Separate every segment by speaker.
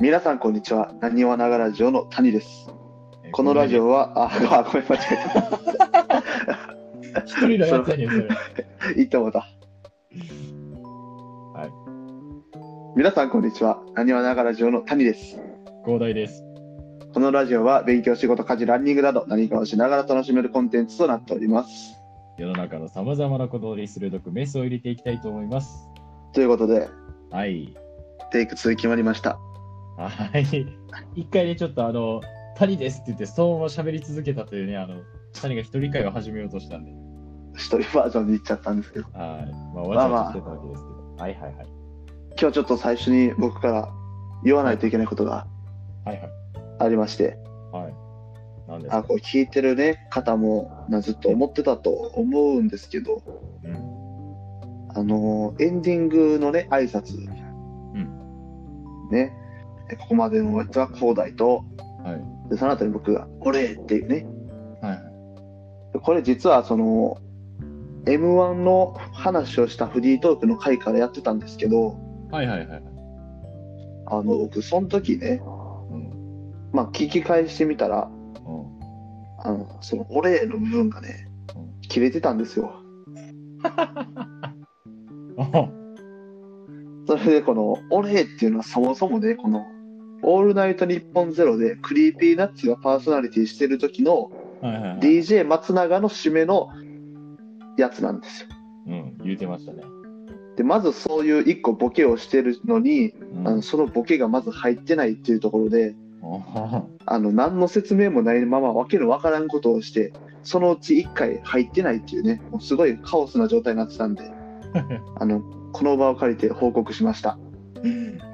Speaker 1: 皆さんこんにちは。なにわながラジオの谷です。このラジオは、あ、あごめん、間違
Speaker 2: えた。一人のやつやねん、それ。
Speaker 1: えた。いいと思った。
Speaker 2: はい。
Speaker 1: 皆さんこんにちは。なにわながラジオの谷です。
Speaker 2: 広大です。
Speaker 1: このラジオは勉強、仕事、家事、ランニングなど何かをしながら楽しめるコンテンツとなっております。
Speaker 2: 世の中のさまざまなことに鋭くメスを入れていきたいと思います。
Speaker 1: ということで、
Speaker 2: はい。
Speaker 1: テイク2決まりました。
Speaker 2: はい。一回ね、ちょっとあの、谷ですって言って、そのまま喋り続けたというね、あの、谷が一人会を始めようとしたんで、
Speaker 1: 一人バージョンに行っちゃったんですけど、
Speaker 2: はい。まあ、
Speaker 1: まあ
Speaker 2: わちゃわちゃしてたわけですけど。はいはいはい。
Speaker 1: 今日ちょっと最初に僕から言わないといけないことが
Speaker 2: はいはい。
Speaker 1: ありまして、
Speaker 2: はい。なんです
Speaker 1: あ
Speaker 2: か
Speaker 1: こう聞いてる、ね、方もなずっと思ってたと思うんですけど、
Speaker 2: うん。
Speaker 1: あのーエンディングのね挨拶、ねでここまでのお相手は広大と
Speaker 2: はい。
Speaker 1: でその後に僕が「俺!」っていうね
Speaker 2: はい。
Speaker 1: でこれ実はその m 1の話をしたフリートークの回からやってたんですけど
Speaker 2: はいはいはい。
Speaker 1: あの僕その時ね、
Speaker 2: うん。
Speaker 1: まあ、聞き返してみたら
Speaker 2: うん。
Speaker 1: あのその「俺!」の部分がね
Speaker 2: うん
Speaker 1: 切れてたんですよ。
Speaker 2: あ
Speaker 1: それでこの「オレ!」っていうのはそもそもねこの「オールナイトニッポンゼロでクリーピーナッツがパーソナリティしてる時の
Speaker 2: はいはいはい。
Speaker 1: DJ 松永の締めのやつなんですよ。
Speaker 2: うん。言うてましたね。
Speaker 1: でまずそういう一個ボケをしてるのに、
Speaker 2: うん
Speaker 1: あのそのボケがまず入ってないっていうところで
Speaker 2: あ
Speaker 1: あの何の説明もないままわけのわからんことをしてそのうち1回入ってないっていうねもうすごいカオスな状態になってたんであのこの場を借りて報告しました。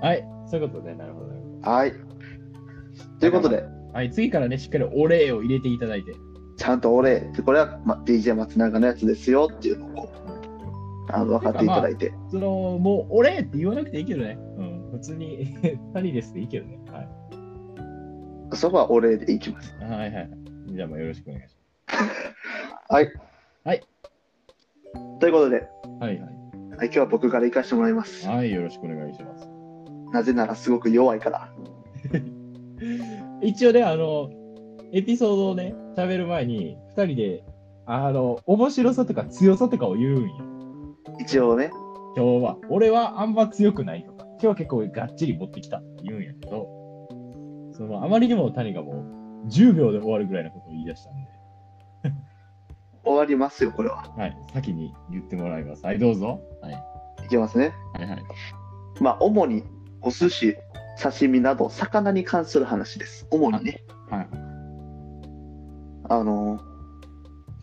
Speaker 2: はい、そういうことね、なるほどなるほ
Speaker 1: はいということで
Speaker 2: ど。はい、次からね、しっかりお礼を入れていただいて。
Speaker 1: ちゃんと俺ってこれは、ま、DJ 松永のやつですよっていうのをこうあの分かっていただいて、
Speaker 2: その、もうお礼って言わなくていいけどね。うん、普通に、 何ですっていいけどね。はい。
Speaker 1: そこはお礼でいきます
Speaker 2: はいはい。じゃあ、もうよろしくお願いします。
Speaker 1: はい
Speaker 2: はい
Speaker 1: ということで、はい
Speaker 2: はいはい。
Speaker 1: 今日は僕から行かせてもらいます
Speaker 2: はい、よろしくお願いします。
Speaker 1: なぜならすごく弱いから
Speaker 2: 一応ね、あの、エピソードをね、喋る前に、二人で、あの、面白さとか強さとかを言うんよ。
Speaker 1: 一応ね
Speaker 2: 今日は、俺はあんま強くないとか、今日は結構がっちり持ってきたって言うんやけど、そのあまりにも谷がもう10秒で終わるぐらいのことを言い出したんで、
Speaker 1: 終わりますよこれは
Speaker 2: はい、先に言ってもらいます。はい、どうぞ。はい、
Speaker 1: いきますね
Speaker 2: はい、はい。
Speaker 1: まあ主にお寿司刺身など魚に関する話です主にね
Speaker 2: はい、
Speaker 1: あの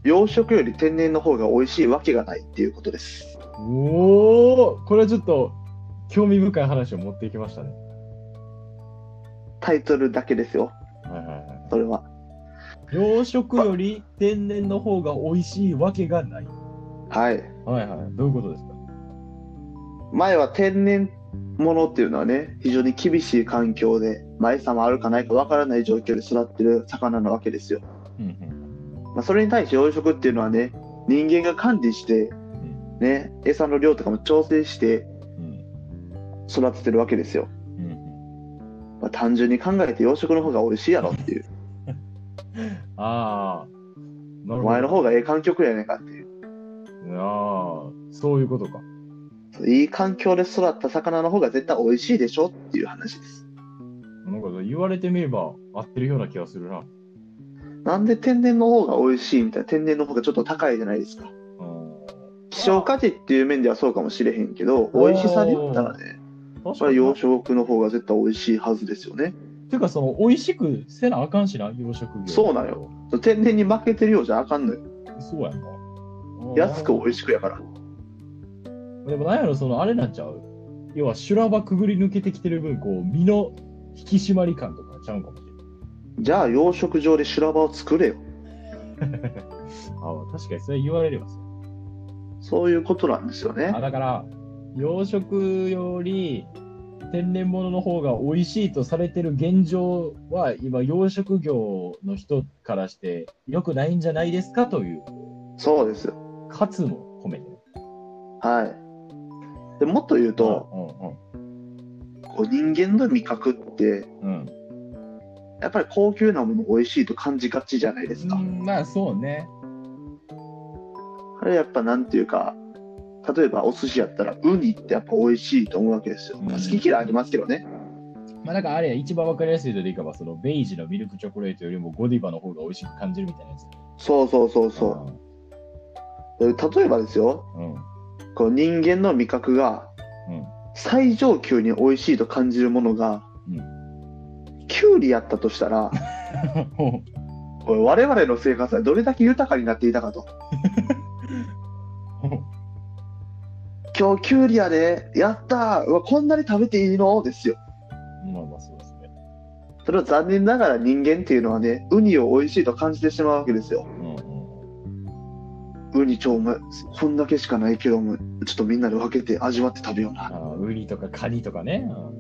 Speaker 1: 養殖より天然の方が美味しいわけがないっていうことです
Speaker 2: おお、これはちょっと興味深い話を持ってきましたね。
Speaker 1: タイトルだけですよ
Speaker 2: はい、はい、は。
Speaker 1: それはい
Speaker 2: 養殖より天然の方が美味しいわけがない。
Speaker 1: はい
Speaker 2: はい、はい。どういうことですか
Speaker 1: 前は天然物っていうのはね非常に厳しい環境で、まあ、餌もあるかないかわからない状況で育ってる魚なわけですよ、
Speaker 2: うん、
Speaker 1: まあ、それに対して養殖っていうのはね人間が管理して、ね、餌の量とかも調整して
Speaker 2: うん、うん、
Speaker 1: 育ててるわけですよ、
Speaker 2: うん。
Speaker 1: まあ、単純に考えて養殖の方が美味しいやろっていう
Speaker 2: ああ、な
Speaker 1: お
Speaker 2: るほど。
Speaker 1: 前の方がええ環境くらいやねんかっていう
Speaker 2: ああ、そういうことか。
Speaker 1: そういい環境で育った魚の方が絶対美味しいでしょっていう話です
Speaker 2: なんか言われてみれば合ってるような気がするな。
Speaker 1: なんで天然の方が美味しいみたいな天然の方がちょっと高いじゃないですか
Speaker 2: うん
Speaker 1: 希少価値っていう面ではそうかもしれへんけど美味しさで言ったらね
Speaker 2: 確
Speaker 1: それ
Speaker 2: か
Speaker 1: は養
Speaker 2: にな。て
Speaker 1: 殖の方が絶対美味しいはずですよね
Speaker 2: いうかその美味しくせなあかんしな養殖業。
Speaker 1: そうなん
Speaker 2: よ。
Speaker 1: 天然に負けてるようじゃあかんのよ
Speaker 2: そうやんか。
Speaker 1: 安く美味
Speaker 2: し
Speaker 1: しくやから
Speaker 2: い。でもなんやろそのあれなんちゃう。要は修羅場くぐり抜けてきてる分こう身の引き締まり感とかちゃうんかもしれない。
Speaker 1: じゃあ養殖場で修羅場を作れよ
Speaker 2: あ確かにそれ言われればそう。
Speaker 1: そういうことなんですよね
Speaker 2: あだから養殖より天然物の方が美味しいとされてる現状は今養殖業の人からして良くないんじゃないですかという
Speaker 1: そうですよ
Speaker 2: かつも込めて。
Speaker 1: はいでもっと言うと
Speaker 2: うんうん
Speaker 1: ここう人間の味覚って
Speaker 2: うん。
Speaker 1: やっぱり高級なもの美味しいと感じがちじゃないですか、
Speaker 2: うんまあそうね。
Speaker 1: あれやっぱなんていうか例えばお寿司やったらウニってやっぱ美味しいと思うわけですよ、まあ好き嫌いありますけどね
Speaker 2: まあだからあれや一番わかりやすいのでいいかば、そのベイジのミルクチョコレートよりもゴディバの方が美味しく感じるみたいなやつ。
Speaker 1: そうそうそうそうで例えばですよ
Speaker 2: うん。 うん。
Speaker 1: こう人間の味覚が
Speaker 2: うん。
Speaker 1: 最上級に美味しいと感じるものが、
Speaker 2: う
Speaker 1: キュウリやったとした らこれ我々の生活はどれだけ豊かになっていたかと今日キュウリやでやったーうわこんなに食べていいのですよ
Speaker 2: まあまあそうですね。
Speaker 1: それは残念ながら人間っていうのはねウニを美味しいと感じてしまうわけですよ
Speaker 2: うんうん。
Speaker 1: ウニ超うまいこんだけしかないけどもちょっとみんなで分けて味わって食べよう
Speaker 2: あ
Speaker 1: な
Speaker 2: あ、ウニとかカニとかね。うん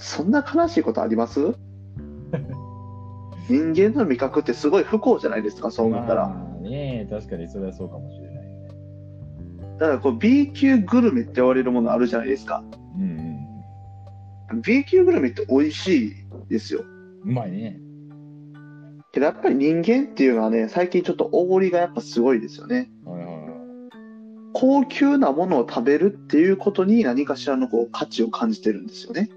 Speaker 1: そんな悲しいことあります人間の味覚ってすごい不幸じゃないですかそう思ったら、
Speaker 2: まあね確かにそれはそうかもしれない。
Speaker 1: だからこう B 級グルメって言われるものあるじゃないですか
Speaker 2: うん、
Speaker 1: B 級グルメって美味しいですよ
Speaker 2: うん。うまいね。
Speaker 1: けどやっぱり人間っていうのはね最近ちょっとおごりがやっぱすごいですよね
Speaker 2: はいはいはい。
Speaker 1: 高級なものを食べるっていうことに何かしらのこう価値を感じてるんですよね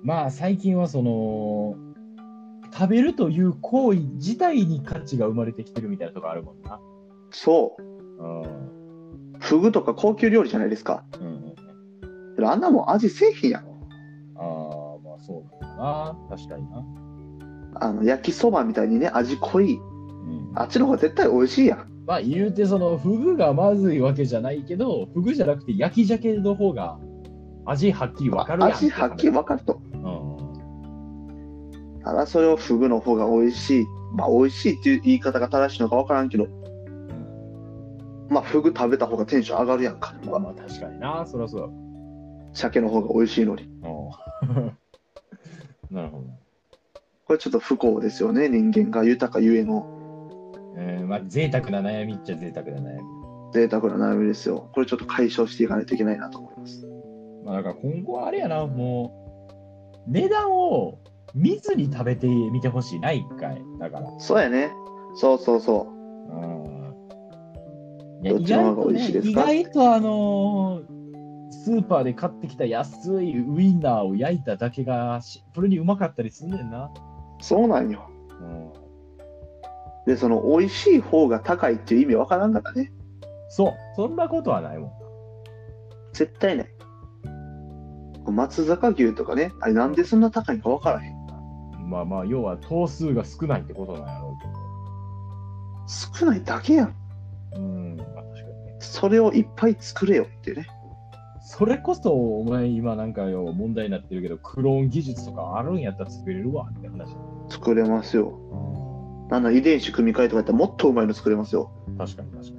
Speaker 2: まあ最近はその、食べるという行為自体に価値が生まれてきてるみたいなとこあるもんな。
Speaker 1: そう
Speaker 2: うん。
Speaker 1: フグとか高級料理じゃないですか
Speaker 2: うん、
Speaker 1: けどあんなもん味製品やん
Speaker 2: ああ、まあそうなのかな。確かにな。
Speaker 1: あの焼きそばみたいにね味濃い
Speaker 2: うん、
Speaker 1: あっちの方が絶対美味しいやん
Speaker 2: まあ言うてそのフグがまずいわけじゃないけどフグじゃなくて焼き鮭の方が味はっきりわかるやん
Speaker 1: 味はっきり分かると
Speaker 2: うん
Speaker 1: ただそれをフグの方が美味しいまあ美味しいっていう言い方が正しいのか分からんけどまあ、フグ食べた方がテンション上がるやんか。
Speaker 2: まあまあ確かになそりゃそうだ
Speaker 1: 鮭の方が美味しいのに。
Speaker 2: うん なるほど、
Speaker 1: これちょっと不幸ですよね。人間が豊かゆえの
Speaker 2: えー、まあ贅沢な悩みっちゃ贅沢な悩み
Speaker 1: 贅沢な悩みですよ。これちょっと解消していかないといけないなと思います。
Speaker 2: まあだから今後はあれやなもう値段を見ずに食べてみてほしいな一回だから
Speaker 1: そうやね。そうそうそう。
Speaker 2: うん
Speaker 1: どっちの方が美味しいですか
Speaker 2: 意外と,、ね、意外とあのースーパーで買ってきた安いウインナーを焼いただけがシンプルにうまかったりすんねんな。
Speaker 1: そうなんよ。
Speaker 2: うん、
Speaker 1: で、その美味しい方が高いっていう意味わからんからね。
Speaker 2: そう、そんなことはないもん。
Speaker 1: 絶対ない。松坂牛とかね、あれなんでそんな高いのかわからへん。
Speaker 2: まあまあ、要は頭数が少ないってことなんやろ
Speaker 1: 少ないだけやん。
Speaker 2: うけど。うん、まあ確かにね。
Speaker 1: それをいっぱい作れよっていうね。
Speaker 2: それこそ、お前今なんかよ、問題になってるけど、クローン技術とかあるんやったら作れるわって話。
Speaker 1: 作れますよ。
Speaker 2: う
Speaker 1: なんだ、遺伝子組み換えとかやったらもっとうまいの作れますよ。
Speaker 2: ん、確かに確か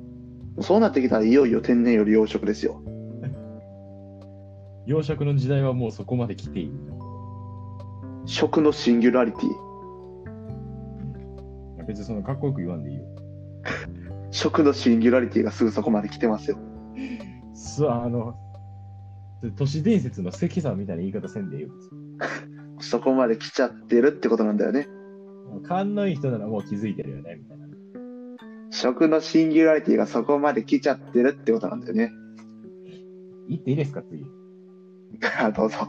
Speaker 2: に。
Speaker 1: そうなってきたらいよいよ天然より養殖ですよ。
Speaker 2: 養殖の時代はもうそこまで来ている。
Speaker 1: 食のシンギュラリティ。
Speaker 2: いや別にそんなかっこよく言わんでいいよ。
Speaker 1: 食のシンギュラリティがすぐそこまで来てますよ。
Speaker 2: そうあの都市伝説の関さんみたいな言い方せんでいいよ。
Speaker 1: そこまで来ちゃってるってことなんだよね。
Speaker 2: 勘のいい人ならもう気づいてるよねみたいな。
Speaker 1: 食のシンギュラリティがそこまで来ちゃってるってことなんだよね。
Speaker 2: 言っていいですか次。
Speaker 1: あどうぞ。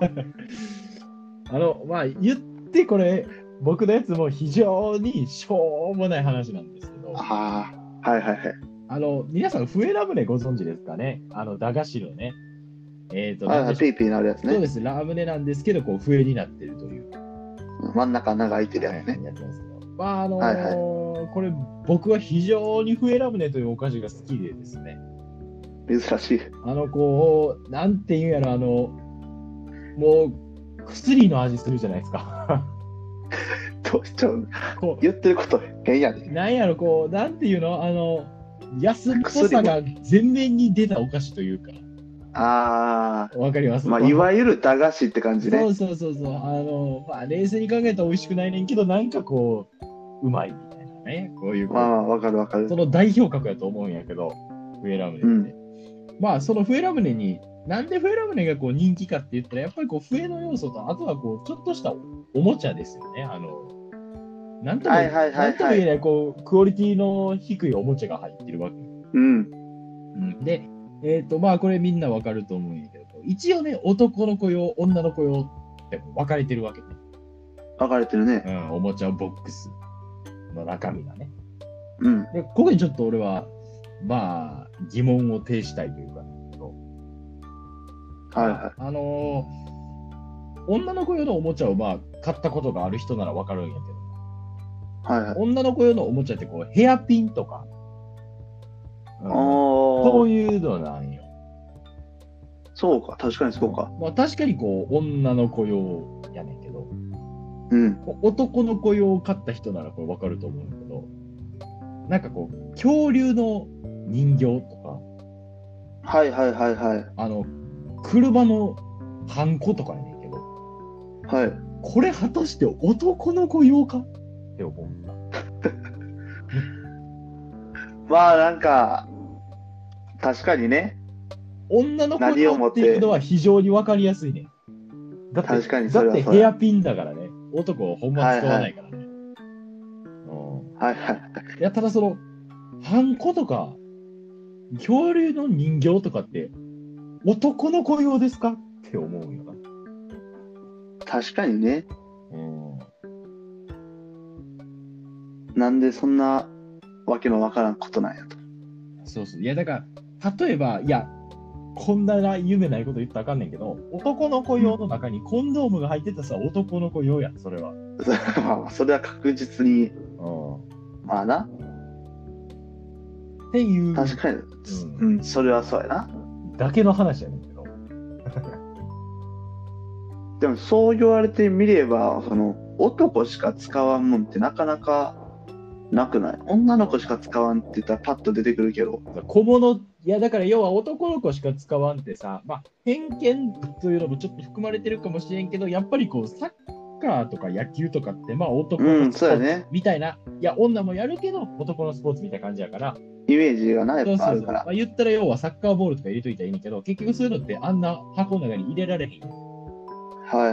Speaker 2: あのまあ言ってこれ僕のやつも非常にしょうもない話なんですけど、
Speaker 1: ああ、はいはいはい。
Speaker 2: あの皆さん笛ラムネご存知ですかね？あの駄菓子のね。えっ、と、
Speaker 1: あ
Speaker 2: なん
Speaker 1: あ、
Speaker 2: でし
Speaker 1: ピ
Speaker 2: ょ
Speaker 1: ーピーなるやつ
Speaker 2: うそう
Speaker 1: ね。
Speaker 2: ですラムネなんですけどこう笛になってるという。
Speaker 1: 真ん中穴が開いてるやつね。
Speaker 2: やってますけどまああのー
Speaker 1: はいは
Speaker 2: これ僕は非常に笛ラムネというお菓子が好きでですね
Speaker 1: 珍しい。
Speaker 2: あのこうなんていうんやろあのもう薬の味するじゃないですか
Speaker 1: どうしちゃう
Speaker 2: こ
Speaker 1: 言ってること変や
Speaker 2: う
Speaker 1: ね。
Speaker 2: なんやろこうなんていうのあの安っぽさが全面に出たお菓子というか
Speaker 1: あ
Speaker 2: わかりま
Speaker 1: あ、
Speaker 2: す
Speaker 1: まあ、いわゆる駄菓子って感じ
Speaker 2: そ
Speaker 1: ね。
Speaker 2: うそうそうそうあの、まあ、冷静に考えたら美味しくないねんけどなんかこううまいみたいなねこういうこう
Speaker 1: まあまあ、わかるわかる
Speaker 2: そ。の代表格やと思うんやけど、ウェラムネって。まあその笛ラムネになんで笛ラムネがこう人気かって言ったらやっぱりこう笛の要素とあとはこうちょっとしたおもちゃですよねあのなんとも、
Speaker 1: はいはいはいはい
Speaker 2: なんとも言えないこうクオリティの低いおもちゃが入ってるわけ、
Speaker 1: うん。
Speaker 2: うん、でえっ、とまあこれみんなわかると思うんやけど一応ね男の子用女の子用って分かれてるわけね、
Speaker 1: 分かれてるね。
Speaker 2: うん、おもちゃボックスの中身がね
Speaker 1: うん。
Speaker 2: でここにちょっと俺はまあ疑問を呈したいというか
Speaker 1: はいは
Speaker 2: あのー女の子用のおもちゃをまあ買ったことがある人ならわかるんやけど、
Speaker 1: い。はいはい。
Speaker 2: 女の子用のおもちゃってこうヘアピンとか、うん
Speaker 1: あ
Speaker 2: そ
Speaker 1: あ
Speaker 2: う。いうのなんよ。
Speaker 1: そうか、確かにそうか。
Speaker 2: まあ、確かにこう女の子用やねんけど、
Speaker 1: うん。
Speaker 2: こう男の子用を買った人ならこれわかると思うんだけど、なんかこう恐竜の人形と
Speaker 1: はいはいはいはい。
Speaker 2: か、あの車のハンコとかやねんけど、
Speaker 1: はい。
Speaker 2: これ果たして男の子用かって思う。
Speaker 1: まあなんか、確かにね。
Speaker 2: 女の子用っていうのは非常に分かりやすいね。だって
Speaker 1: 確かにそれは
Speaker 2: だってヘアピンだからね。男はほんま使わないからね。
Speaker 1: はいはい。
Speaker 2: うんいや、ただその、ハンコとか、恐竜の人形とかって、男の子用ですかって思うよな。
Speaker 1: 確かにね。
Speaker 2: うん
Speaker 1: なんでそんなわけのわからんことなんやと。
Speaker 2: そうそう。いや、だから、例えば、いや、こんな夢ないこと言ったらあかんねんけど、男の子用の中にコンドームが入ってたさ、男の子用やん、それは。
Speaker 1: まあまあそれは確実に、まあな。
Speaker 2: っていう
Speaker 1: 確かに、
Speaker 2: う
Speaker 1: うん、それはそうやな。
Speaker 2: だけの話やねんけど。
Speaker 1: でもそう言われてみれば、その、男しか使わんもんってなかなかなくない女の子しか使わんって言ったらパッと出てくるけど。
Speaker 2: 小物、いやだから要は男の子しか使わんってさ、まあ、偏見というのもちょっと含まれてるかもしれんけど、やっぱりこうサッカーとか野球とかって、まあ男
Speaker 1: う
Speaker 2: の
Speaker 1: ん、
Speaker 2: ス
Speaker 1: そ
Speaker 2: ポ
Speaker 1: うや
Speaker 2: ーツ
Speaker 1: ね。
Speaker 2: みたいな、いや女もやるけど男のスポーツみたいな感じやから、
Speaker 1: イメージがな、や
Speaker 2: そう
Speaker 1: っ
Speaker 2: そ
Speaker 1: ぱあ
Speaker 2: うそ
Speaker 1: る
Speaker 2: う
Speaker 1: か
Speaker 2: ま
Speaker 1: ら。
Speaker 2: あ、言ったら要はサッカーボールとか入れといたらいいんだけど、結局そういうのってあんな箱の中に入れられへん。
Speaker 1: はい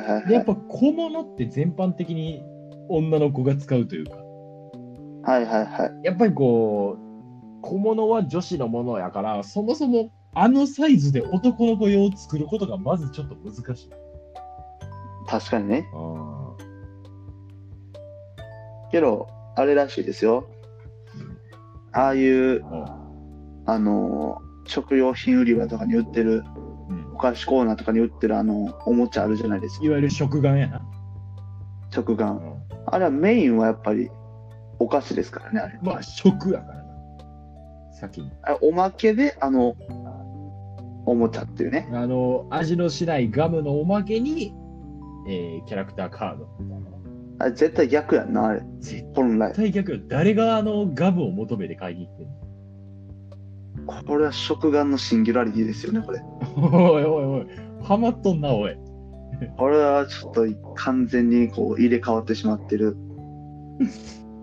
Speaker 1: はい
Speaker 2: で、
Speaker 1: は
Speaker 2: やっ
Speaker 1: い。
Speaker 2: ぱ小物って全般的に女の子が使うというか、
Speaker 1: はいはいはい。
Speaker 2: やっぱりこう、小物は女子のものやから、そもそもあのサイズで男の子用を作ることがまずちょっと難しい。
Speaker 1: 確かにね。
Speaker 2: あ
Speaker 1: けど、あれらしいですよ。ああいう、あのー食料品売り場とかに売ってる、
Speaker 2: うん
Speaker 1: お菓子コーナーとかに売ってるあの、おもちゃあるじゃないですか
Speaker 2: い。わゆる食玩やな。
Speaker 1: 食玩。あれはメインはやっぱり、お菓子ですからね、あれ。
Speaker 2: まあ、食やからな。先に。
Speaker 1: あれおまけで、あの、おもちゃっていうね。
Speaker 2: あの、味のしないガムのおまけに、えーキャラクターカードみたいな。
Speaker 1: あれ絶対逆やんな、あれ。
Speaker 2: 絶
Speaker 1: 本来。
Speaker 2: 対逆よ。誰があのガムを求めて買いに行ってんの
Speaker 1: これは食玩のシンギュラリティですよね、これ。
Speaker 2: おいおいおい、ハマっとんな、おい。
Speaker 1: これはちょっと完全にこう入れ替わってしまってる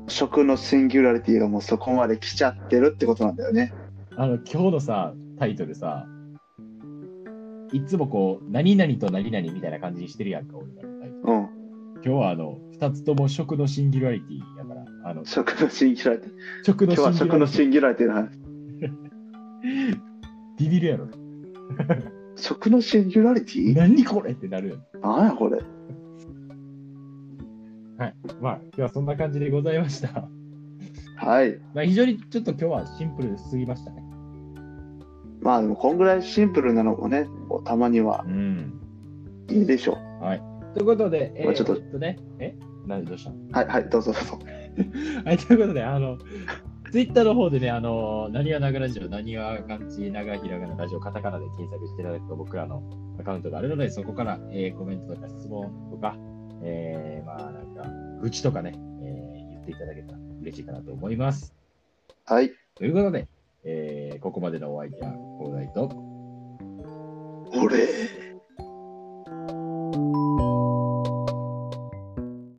Speaker 1: 食のシンギュラリティがもうそこまで来ちゃってるってことなんだよね
Speaker 2: あの今日のさタイトルさいつもこう何々と何々みたいな感じにしてるやんか俺らのタイトル
Speaker 1: うん
Speaker 2: 今日はあの2つとも食のシンギュラリティやからあの
Speaker 1: 食のシンギュラリティ
Speaker 2: 食
Speaker 1: 今
Speaker 2: の
Speaker 1: 日
Speaker 2: シン
Speaker 1: は
Speaker 2: ギュ
Speaker 1: 食
Speaker 2: ラ
Speaker 1: の
Speaker 2: リティ
Speaker 1: シンギュラリティの話
Speaker 2: ビビるやろ
Speaker 1: 食のシンギュラリティ
Speaker 2: 何これってなるよね
Speaker 1: 何やこれ
Speaker 2: まあ今日はそんな感じでございました
Speaker 1: はい
Speaker 2: まあ非常にちょっと今日はシンプルすぎましたね
Speaker 1: まあでもこんぐらいシンプルなのもねこうたまには
Speaker 2: うん
Speaker 1: いいでしょ
Speaker 2: ということで、え
Speaker 1: ま
Speaker 2: ー、
Speaker 1: あちょっと
Speaker 2: ねえ何でどうしたの
Speaker 1: うはいはいどうぞどうぞ
Speaker 2: はい、ということで、あの、ツイッターの方でね、あの、なにわながラジオ、なにわ漢字、ながひらがなラジオ、カタカナで検索していただくと僕らのアカウントがあるので、そこから、えーコメントとか質問とか、えーまあなんか、愚痴とかね、えー言っていただけたら嬉しいかなと思います。
Speaker 1: はい
Speaker 2: ということで、えーここまでのお相手は、高大と、
Speaker 1: 俺